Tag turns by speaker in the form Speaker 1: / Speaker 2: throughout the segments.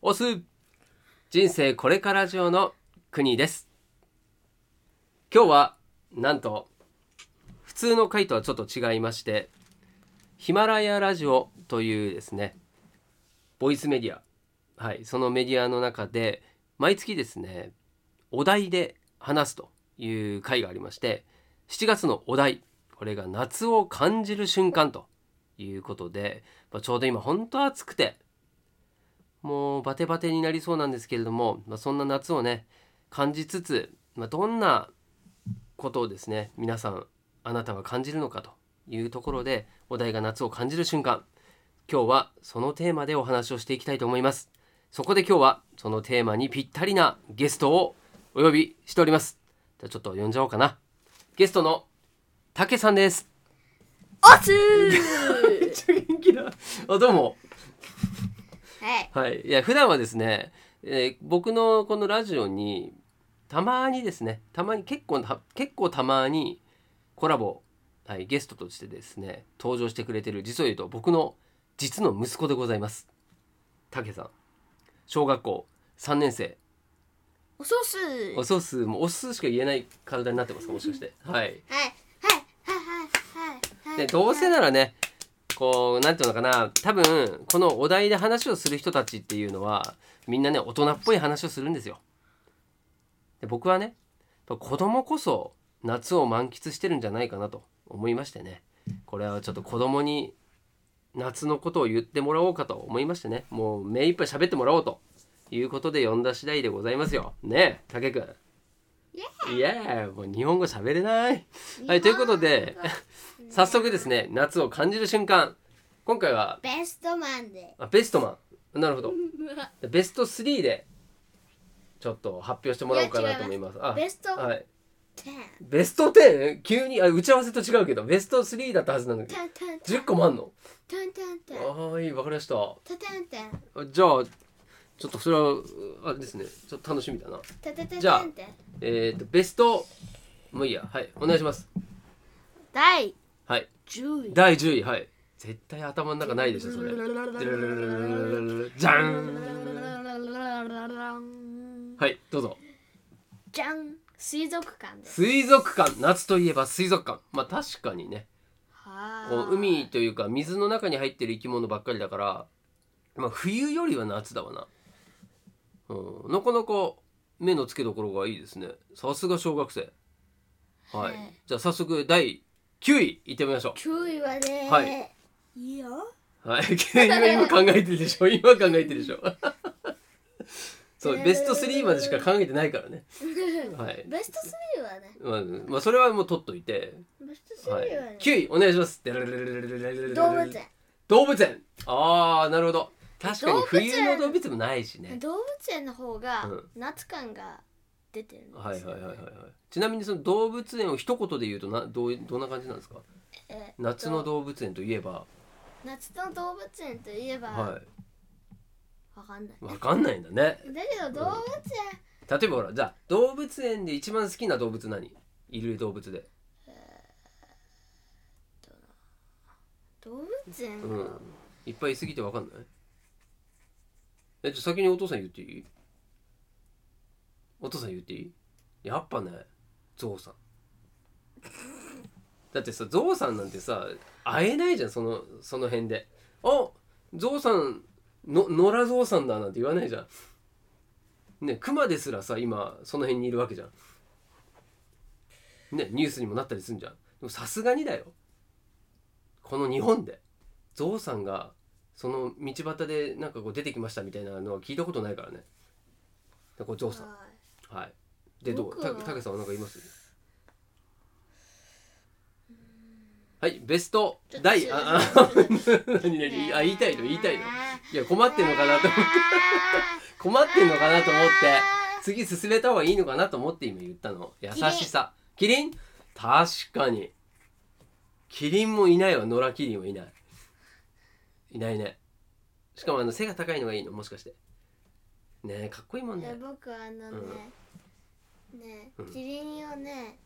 Speaker 1: オス人生これから上の国です今日はなんと普通の回とはちょっと違いましてヒマラヤラジオというですねボイスメディアはいそのメディアの中で毎月ですねお題で話すという回がありまして7月のお題これが夏を感じる瞬間ということで、まあ、ちょうど今本当暑くてもうバテバテになりそうなんですけれども、まあ、そんな夏をね感じつつ、まあ、どんなことをですね皆さんあなたは感じるのかというところでお題が夏を感じる瞬間今日はそのテーマでお話をしていきたいと思いますそこで今日はそのテーマにぴったりなゲストをお呼びしておりますじゃあちょっと呼んじゃおうかなゲストのたけさんです
Speaker 2: オス
Speaker 1: ちゃ元気だあどうも は
Speaker 2: はい。
Speaker 1: い、いや普段はですね、えー僕のこのラジオにたまにですねたまに結構た結構たまにコラボ、はい、ゲストとしてですね登場してくれてる実を言うと僕の実の息子でございますたけさん小学校3年生
Speaker 2: おソース。はい。
Speaker 1: おソースもうおすしか言えない体になってますかもしかしてはい
Speaker 2: はい。はい。はい。はい。
Speaker 1: でどうせならねこうなんていうのかな多分このお題で話をする人たちっていうのはみんなね大人っぽい話をするんですよ。で僕はねやっぱ子供こそ夏を満喫してるんじゃないかなと思いましてねこれはちょっと子供に夏のことを言ってもらおうかと思いましてねもう目いっぱい喋ってもらおうということで呼んだ次第でございますよ。ねえ武くん。いやもう日本語喋れない。はいということで。早速ですね夏を感じる瞬間今回は
Speaker 2: ベストマンで。
Speaker 1: あベストマンなるほどベスト3でちょっと発表してもらおうかなと思いますあ
Speaker 2: ベスト
Speaker 1: はい、
Speaker 2: テン。
Speaker 1: ベスト 10? 急にあ打ち合わせと違うけどベスト3だったはずなんだけど
Speaker 2: タンタンタン。
Speaker 1: 10個もあんの
Speaker 2: タンタンタン。
Speaker 1: ああいいわかりましたあ
Speaker 2: タタンタン。
Speaker 1: じゃあちょっとそれはうあれですねちょっと楽しみだな
Speaker 2: タタタ
Speaker 1: じゃあ
Speaker 2: タンタン。
Speaker 1: えっ、とベストもういいやはいお願いします
Speaker 2: 第
Speaker 1: はい
Speaker 2: 10位。
Speaker 1: 第10位はい絶対頭の中ないでしょそれじゃんはいどうぞ
Speaker 2: じゃん。水族館です。
Speaker 1: 水族館夏といえば水族館まあ確かにね
Speaker 2: は
Speaker 1: こう。海というか水の中に入ってる生き物ばっかりだから、まあ、冬よりは夏だわな、うん、なかなか目の付けどころがいいですねさすが小学生はい、
Speaker 2: はい
Speaker 1: じゃあ早速第9位いってみましょ
Speaker 2: 9位はね。
Speaker 1: はい。
Speaker 2: いいよ。
Speaker 1: うはい今今考えてるでしょ今考えてるでしょそうベスト3までしか考えてないからねはい、
Speaker 2: ベスト3はね。
Speaker 1: まあうんまあ、それはもう取っといて
Speaker 2: ベスト3は
Speaker 1: はい
Speaker 2: ね、。
Speaker 1: 9位お願いします。
Speaker 2: 動物園。
Speaker 1: 動物園。ああ、なるほど。確か
Speaker 2: 動
Speaker 1: に
Speaker 2: 物園
Speaker 1: 冬の動物もないしね。
Speaker 2: 動物園の方が
Speaker 1: うん
Speaker 2: 夏感が出てるんですよ、
Speaker 1: はいはいはいはいはい。ちなみにその動物園を一言で言うとなどうどんな感じなんですか。
Speaker 2: えーっと
Speaker 1: 夏の動物園といえば、
Speaker 2: 夏の動物園といえば、
Speaker 1: は
Speaker 2: わかんない
Speaker 1: い、わかんないんだね。
Speaker 2: だけど動物園、
Speaker 1: 例えばほら、じゃあ動物園で一番好きな動物何？いる動物で。
Speaker 2: 動物園、
Speaker 1: うん。いっぱいいすぎてわかんない。え、じゃあ先にお父さん言っていい？お父さん言っていい？やっぱね、ゾウさん。だってさ、ゾウさんなんてさ、会えないじゃんそのその辺で。あ、ゾウさんの野良ゾウさんだなんて言わないじゃん。ね、クマですらさ、今その辺にいるわけじゃん。ね、ニュースにもなったりするじゃん。でもさすがにだよ。この日本で。ゾウさんがその道端でなんかこう出てきましたみたいなのは聞いたことないからねでこうゾウさ
Speaker 2: は
Speaker 1: んはいでどう
Speaker 2: 僕
Speaker 1: た
Speaker 2: は
Speaker 1: たけさんは何か言いますはいベスト
Speaker 2: ちょっと
Speaker 1: 第
Speaker 2: 強い
Speaker 1: ああ何 何あ言いたいの言いたいのいや困ってんのかなと思って 困ってんのかなと思って次進めた方がいいのかなと思って今言ったの優しさキリン確かにキリンもいないわ野良キリンはいないいないねしかもあの背が高いのがいいのもしかしてねえかっこいいもん
Speaker 2: いや
Speaker 1: ね
Speaker 2: 僕はあのね、ね
Speaker 1: うん
Speaker 2: キリンをね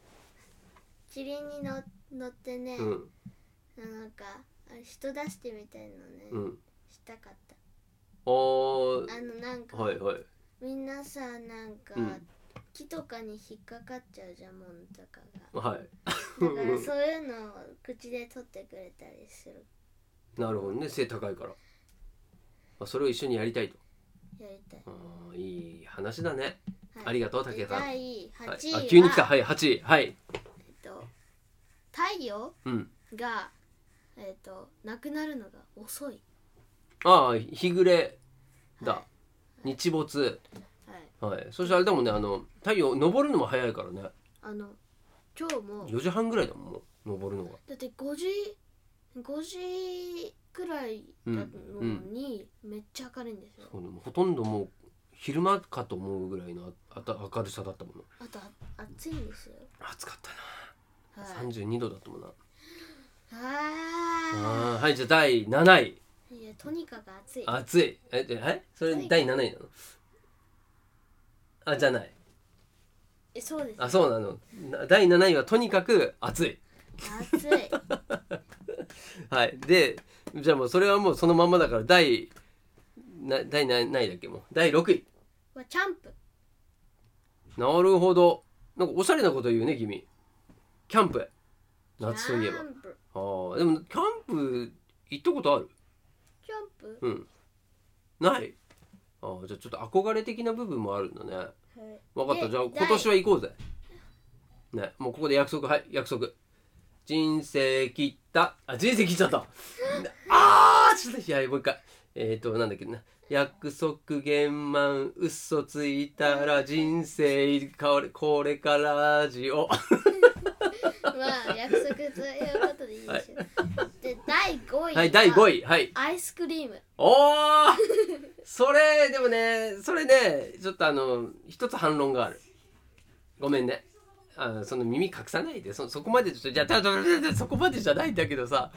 Speaker 2: キリンにの乗ってね、
Speaker 1: うん
Speaker 2: なんかあれ人出してみたいのね、
Speaker 1: うん
Speaker 2: したかった
Speaker 1: おー
Speaker 2: あのなんなんか、
Speaker 1: はいはい
Speaker 2: みんなさなんか、
Speaker 1: うん
Speaker 2: 木とかに引っかかっちゃうじゃんもんとかが
Speaker 1: は
Speaker 2: だ から
Speaker 1: い
Speaker 2: そういうのを口で取ってくれたりする
Speaker 1: なるほどね背高いからあそれを一緒にやりたいと
Speaker 2: やりたい、
Speaker 1: あーいい話だね
Speaker 2: はい、
Speaker 1: ありがとう竹谷さん
Speaker 2: 第8位は、
Speaker 1: はい、あ急に来たはい8位はい
Speaker 2: えっと、太陽
Speaker 1: うん
Speaker 2: がえっとなくなるのが遅い
Speaker 1: ああ日暮れだ
Speaker 2: は
Speaker 1: 日没
Speaker 2: はい
Speaker 1: はいそしてあれだもんねあの太陽登るのも早いからね
Speaker 2: あの今日も
Speaker 1: 4時半ぐらいだもんもう登るのが
Speaker 2: だって5時5時くらいだのに、めっちゃ明るいんですよ
Speaker 1: そうねもうほとんどもう昼間かと思うぐらいのああた明るさだったもんな
Speaker 2: あとあ暑いんですよ
Speaker 1: 暑かった
Speaker 2: はい
Speaker 1: な32度だったもんなあ
Speaker 2: あ
Speaker 1: ーはいじゃあ第7位
Speaker 2: ーいやとにかく暑い
Speaker 1: 暑いえじゃあえそれ第7位なのあじゃない
Speaker 2: えそうです
Speaker 1: あそうなのな第7位はとにかく暑い
Speaker 2: 暑い
Speaker 1: はいでじゃあもうそれはもうそのまんまだから第な第何位だっけもう第6位
Speaker 2: はキャンプ
Speaker 1: なるほどなんかおしゃれなこと言うね君キャンプ夏といえば
Speaker 2: キャンプ
Speaker 1: あーでもキャンプ行ったことある
Speaker 2: キャンプ、
Speaker 1: うんないあーじゃあちょっと憧れ的な部分もあるんだね
Speaker 2: はい
Speaker 1: 分かった
Speaker 2: で
Speaker 1: じゃあ今年は行こうぜねもうここで約束はい約束人生切ったあ人生切っちゃった あーちょっといやもう一回えっ、ー、となんだっけな約束減満嘘ついたら人生変わるこれからラジオ
Speaker 2: まあ約束ということでいいでしょう、で第5位
Speaker 1: はい第5
Speaker 2: 位
Speaker 1: 位はい
Speaker 2: アイスクリーム
Speaker 1: おーそれでもねそれねちょっとあの一つ反論があるごめんねあのその耳隠さないでそそこまでちょっとじゃあたたたたそこまでじゃないんだけどさ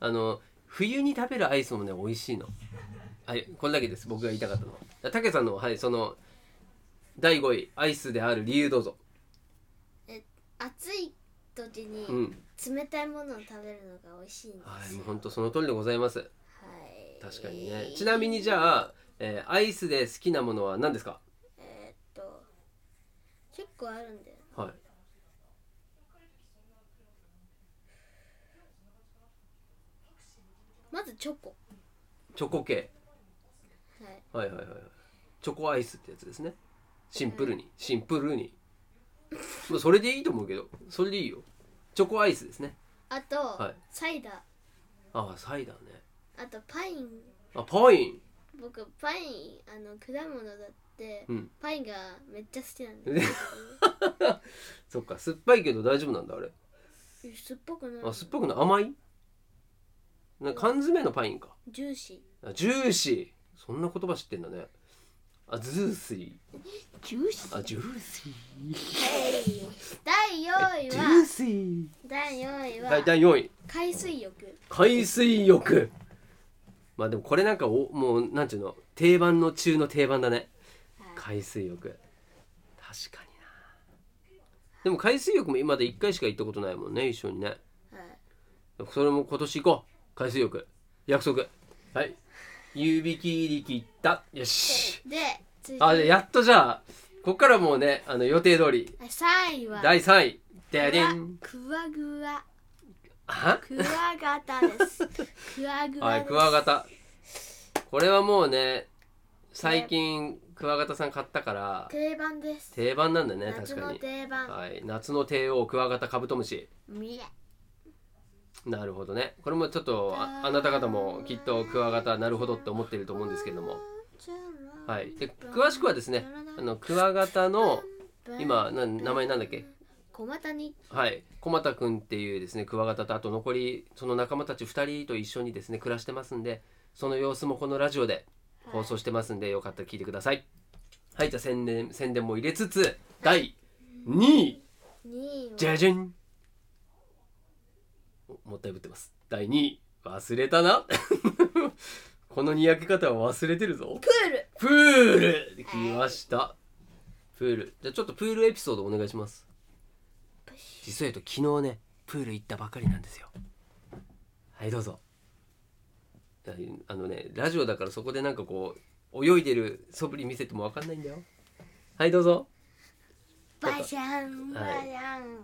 Speaker 1: あの冬に食べるアイスもね美味しいのはいこれだけです僕が言いたかったのはたけさんのはいその第5位アイスである理由どうぞ
Speaker 2: 暑い時に
Speaker 1: うん
Speaker 2: 冷たいものを食べるのが美味しいんで
Speaker 1: は
Speaker 2: す
Speaker 1: いも
Speaker 2: よ
Speaker 1: うほんとその通りでございます
Speaker 2: はい
Speaker 1: 確かにねちなみにじゃあ、えーアイスで好きなものは何ですか
Speaker 2: えーっと結構あるんだよ
Speaker 1: はい
Speaker 2: まずチョコ
Speaker 1: チョコ系
Speaker 2: はい
Speaker 1: はいはいはいはいチョコアイスってやつですねシンプルにシンプルにまあそれでいいと思うけどそれでいいよチョコアイスですね
Speaker 2: あと、
Speaker 1: はい
Speaker 2: サイダー
Speaker 1: ああサイダーね
Speaker 2: あとパイン
Speaker 1: あパイン
Speaker 2: 僕パインあの果物だって、
Speaker 1: うん
Speaker 2: パインがめっちゃ好きなんです
Speaker 1: そっか酸っぱいけど大丈夫なんだあれ
Speaker 2: よ酸っぱくない
Speaker 1: あ酸っぱくない甘いなんか缶詰のパインか
Speaker 2: ジューシ
Speaker 1: あジューシーそんな言葉知ってんだねあズースイ
Speaker 2: ージューシー
Speaker 1: あジュースイ
Speaker 2: 第4位
Speaker 1: ジュー
Speaker 2: は
Speaker 1: スイ
Speaker 2: 第4位は、
Speaker 1: はい第4位
Speaker 2: 海水浴
Speaker 1: 海水浴まあでもこれなんかおもうなんていうの定番の中の定番だね
Speaker 2: はい
Speaker 1: 海水浴確かになでも海水浴も今まで1回しか行ったことないもんね一緒にね
Speaker 2: はい
Speaker 1: それも今年行こう海水浴約束はい湯引き力行ったよし
Speaker 2: で続いて
Speaker 1: あでやっとじゃあこっからもうねあの予定通り
Speaker 2: 3位は
Speaker 1: 第3位ででん
Speaker 2: クワグワ
Speaker 1: あ
Speaker 2: クワガ タです。クワグワ
Speaker 1: は
Speaker 2: で
Speaker 1: い
Speaker 2: す。
Speaker 1: クワガタこれはもうね最近クワガタさん買ったから
Speaker 2: 定番です。
Speaker 1: 定番なんだね
Speaker 2: 夏
Speaker 1: 確か
Speaker 2: の
Speaker 1: に
Speaker 2: 定番。
Speaker 1: はい夏の帝王クワガタカブトムシ
Speaker 2: 見え。
Speaker 1: なるほどねこれもちょっとああなた方もきっとクワガタなるほどって思ってると思うんですけれどもはいで詳しくはですねあのクワガタの今な名前なんだっけ
Speaker 2: 小股に
Speaker 1: はい小俣くんっていうですねクワガタとあと残りその仲間たち2人と一緒にですね暮らしてますんでその様子もこのラジオで放送してますんでよかったら聞いてくださいはいじゃあ宣伝宣伝も入れつつ第2位
Speaker 2: 二位は
Speaker 1: じゃじゃんおもったいぶってます第2位忘れたな このにやけ方は忘れてるぞ
Speaker 2: プール。
Speaker 1: プール来ましたプールじゃあちょっとプールエピソードお願いします実を言うと昨日ねプール行ったばかりなんですよはいどうぞああのねラジオだからそこでなんかこう泳いでる素振り見せてもわかんないんだよはいどうぞ
Speaker 2: バシャンバシャン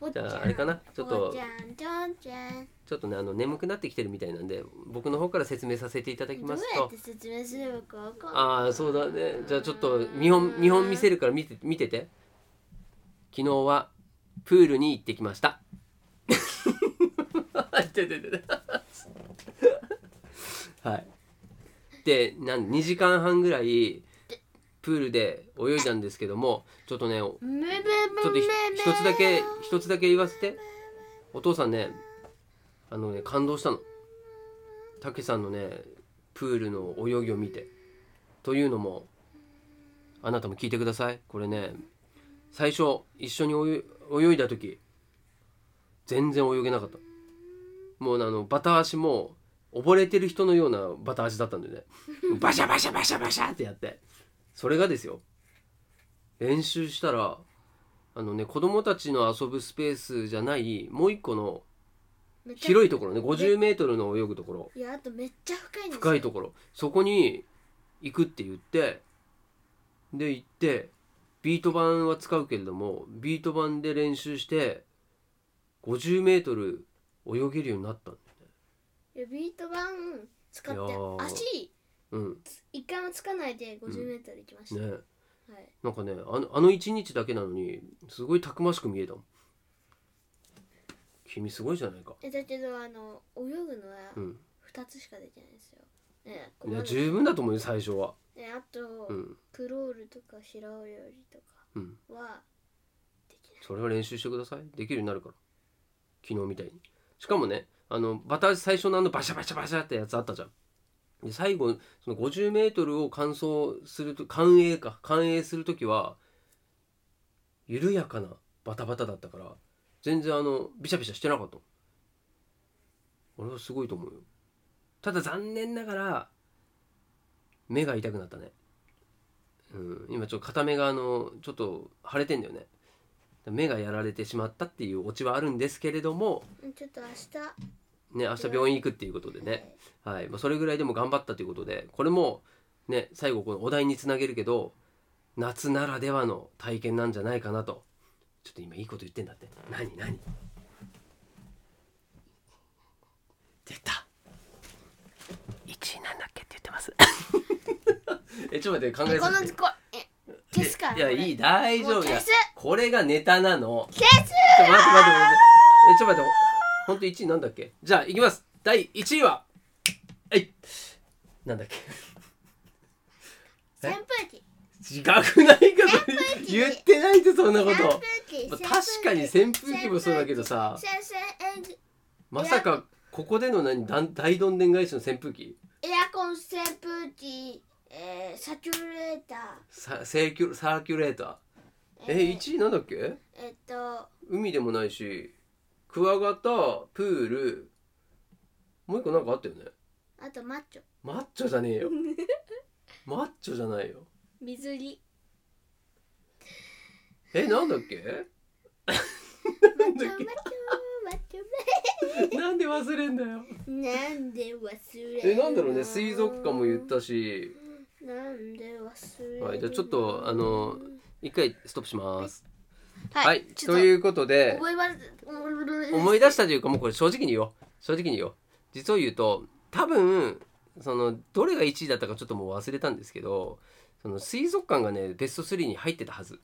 Speaker 2: おっち
Speaker 1: じ
Speaker 2: ゃん
Speaker 1: ゃああれかなちょっと
Speaker 2: おっちゃんちょんちゃん
Speaker 1: ちょっとねあの眠くなってきてるみたいなんで僕の方から説明させていただき
Speaker 2: どうや
Speaker 1: ます
Speaker 2: っ
Speaker 1: と
Speaker 2: て説明すればかわかんない
Speaker 1: ああそうだねじゃあちょっと見本見本見せるから見て見てて昨日はプールに行ってきました ててててはいでなん2時間半ぐらいプールで泳いだんですけどもちょっとねちょ
Speaker 2: めめめめ
Speaker 1: っとひ一つだけ一つだけ言わせてお父さんねあのね感動したのたけさんのねプールの泳ぎを見てというのもあなたも聞いてくださいこれね最初一緒に泳い泳いだ時全然泳げなかったもうあのバタ足も溺れてる人のようなバタ足だったんでねバシャバシャバシャバシャってやってそれがですよ練習したらあのね子供たちの遊ぶスペースじゃないもう一個の
Speaker 2: めっちゃ
Speaker 1: 広いところね50メートルの泳ぐところ
Speaker 2: いやあとめっちゃ深いんですよ
Speaker 1: 深いところそこに行くって言ってで行ってビート板は使うけれどもビート板で練習して50メートル泳げるようになったんだ
Speaker 2: いやビート板使っ
Speaker 1: いやー
Speaker 2: て足
Speaker 1: うん
Speaker 2: 一回もつかないで50メートル行きました、
Speaker 1: ね
Speaker 2: はい
Speaker 1: なんかねあのあの1日だけなのにすごいたくましく見えたもん君すごいじゃないか
Speaker 2: えだけどあの泳ぐのは
Speaker 1: うん
Speaker 2: 2つしかできないんですよ、ね
Speaker 1: いや
Speaker 2: ここまで
Speaker 1: 十分だと思うよ最初は
Speaker 2: ねあと、
Speaker 1: うん
Speaker 2: クロールとか平泳ぎと
Speaker 1: うん
Speaker 2: かはできない
Speaker 1: それは練習してくださいできるようになるから昨日みたいにしかもねあのバタ足最初のあのバシャバシャバシャってやつあったじゃんで最後その 50m を完走すると完泳か完泳する時は緩やかなバタバタだったから全然あのビシャビシャしてなかったの俺はすごいと思うよただ残念ながら目が痛くなったねうん今ちょっと片目があのちょっと腫れてんだよね目がやられてしまったっていうオチはあるんですけれども、
Speaker 2: うんちょっと明日
Speaker 1: ね、明日病院行くっていうことでね、はいまあ、それぐらいでも頑張ったということでこれも、ね、最後このお題につなげるけど夏ならではの体験なんじゃないかなとちょっと今いいこと言ってんだって何何出た1位なんだっけって言ってます えちょっと待って考
Speaker 2: え
Speaker 1: え
Speaker 2: ーこの
Speaker 1: させて
Speaker 2: こえ消すから
Speaker 1: いや
Speaker 2: これ
Speaker 1: いい大丈
Speaker 2: もう
Speaker 1: 夫だ
Speaker 2: 消す
Speaker 1: これがネタなの
Speaker 2: 消す
Speaker 1: ちょっと待って待って待って。え、ちょっと待って。ほんと1位なんだっけじゃあ、いきます。第1位は、はい。なんだっけえ
Speaker 2: 扇風機
Speaker 1: 違くないかそれ
Speaker 2: 扇風機
Speaker 1: 言ってないってそんなこ
Speaker 2: 扇
Speaker 1: と。
Speaker 2: 風機
Speaker 1: まあ確かに扇風機もそうだけどさ、
Speaker 2: 扇風機
Speaker 1: まさかここでの何だん大どんでん返しの扇風機
Speaker 2: エアコン扇風機えー、サーキュレータ
Speaker 1: サセーキュサーキュレータ
Speaker 2: ー
Speaker 1: ー。え、1位なんだっけ
Speaker 2: えっと
Speaker 1: 海でもないし、クワガタ、プール、もう一個なんかあったよね。
Speaker 2: あとマッチョ
Speaker 1: マッチョじゃねえよ。マッチョじゃないよ。
Speaker 2: 水着
Speaker 1: えなんだっけ
Speaker 2: マ
Speaker 1: なん
Speaker 2: ッチ
Speaker 1: だ
Speaker 2: ョ
Speaker 1: っ
Speaker 2: マッチョマッチョ
Speaker 1: け なんで忘れんだよ
Speaker 2: なんで忘れ
Speaker 1: えなんだろうね水族館も言ったし
Speaker 2: なんで忘れるの
Speaker 1: はいじゃあちょっとあの一回ストップします
Speaker 2: はい、
Speaker 1: はい、
Speaker 2: ちょっ
Speaker 1: ということで
Speaker 2: 覚えま
Speaker 1: 思
Speaker 2: 思
Speaker 1: い出したというかもうこれ正直に言おう正直に言おう実を言うと多分そのどれが1位だったかちょっともう忘れたんですけどその水族館がねベスト3に入ってたはずだか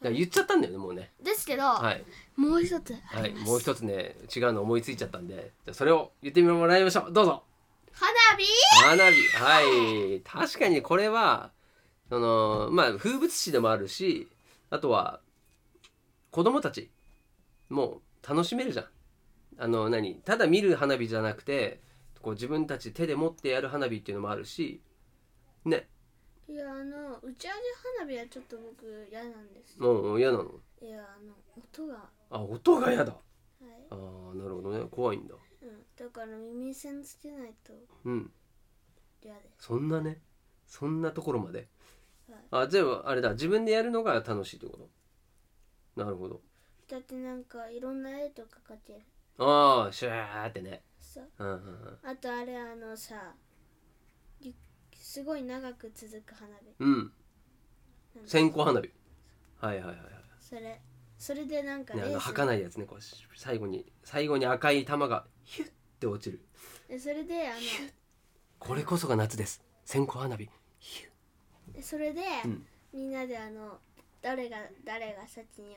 Speaker 1: ら言っちゃったんだよねもうね
Speaker 2: ですけど、
Speaker 1: はい
Speaker 2: もう一つあ
Speaker 1: はい、
Speaker 2: ります、
Speaker 1: もう一つね違うの思いついちゃったんでじゃあそれを言ってみてもらいましょうどうぞ
Speaker 2: 花火
Speaker 1: 花火はい確かにこれはそのまあ風物詩でもあるしあとは子供たちもう楽しめるじゃんあの何ただ見る花火じゃなくてこう自分たち手で持ってやる花火っていうのもあるしね
Speaker 2: いやあの打ち上げ花火はちょっと僕嫌なんです
Speaker 1: もう嫌なの
Speaker 2: いやあの音がは
Speaker 1: あ音が嫌だ
Speaker 2: い、
Speaker 1: あーなるほどね怖いんだ
Speaker 2: うん、だから耳栓つけないと
Speaker 1: うん
Speaker 2: 嫌です
Speaker 1: そんなねそんなところまで、
Speaker 2: は
Speaker 1: あじゃああれだ自分でやるのが楽しいってことなるほど
Speaker 2: だってなんかいろんな絵とか描ける
Speaker 1: ああシューってね
Speaker 2: さ
Speaker 1: うんうんうん
Speaker 2: あとあれあのさゆすごい長く続く花火
Speaker 1: うん
Speaker 2: なんだ
Speaker 1: 線香花火はいはいはいはい
Speaker 2: それそれでなんか
Speaker 1: ね、あ
Speaker 2: レ
Speaker 1: の
Speaker 2: ース
Speaker 1: 儚いやつねこうし最後に最後に赤い玉がヒュッて落ちる
Speaker 2: えそれであ
Speaker 1: これこそが夏です線香花火ヒュッ
Speaker 2: のそれで、
Speaker 1: うん
Speaker 2: みんなであの誰が誰が先に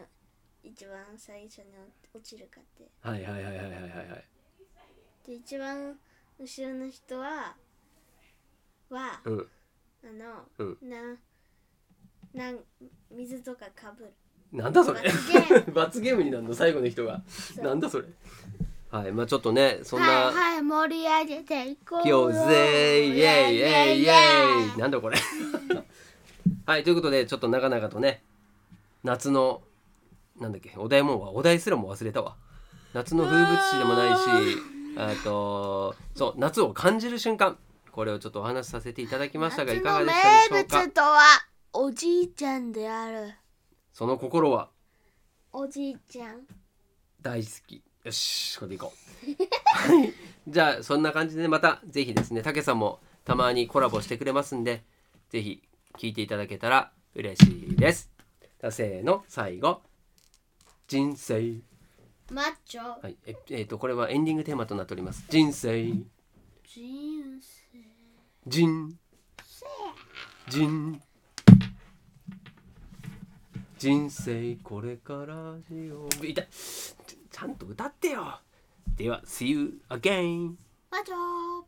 Speaker 2: 一番最初に落ちるかって
Speaker 1: はいはいはいはいはいはいはい
Speaker 2: で一番後ろの人はは
Speaker 1: うん
Speaker 2: あの、
Speaker 1: うん
Speaker 2: ななん水とかかぶる
Speaker 1: なんだそ れ
Speaker 2: 罰ゲー
Speaker 1: 罰ゲームになるの最後の人が
Speaker 2: う
Speaker 1: なんだそれはいまあちょっとね そんな
Speaker 2: はいはい盛り上げてい
Speaker 1: 「
Speaker 2: こう
Speaker 1: きょうぜいイエイイエイイエイ」なんだこ れはいということでちょっと長々とね夏のなんだっけお題もんはお題すらも忘れたわ夏の風物詩でもないしあとそう夏を感じる瞬間これをちょっとお話しさせていただきましたがい
Speaker 2: 夏
Speaker 1: かがで
Speaker 2: の名
Speaker 1: したでしょうか
Speaker 2: 物とはおじいちゃんである
Speaker 1: その心は
Speaker 2: おじいちゃん
Speaker 1: 大好きよしこれでいこうはいじゃあそんな感じでまたぜひですねたけさんもたまにコラボしてくれますんでぜひ聞いていただけたら嬉しいですじゃあせーの最後人生
Speaker 2: マッチョ
Speaker 1: はいええーとこれはエンディングテーマとなっております人生
Speaker 2: 人生
Speaker 1: 人人人生これからしよういたちちゃんと歌ってよでは See you again!
Speaker 2: マッチョ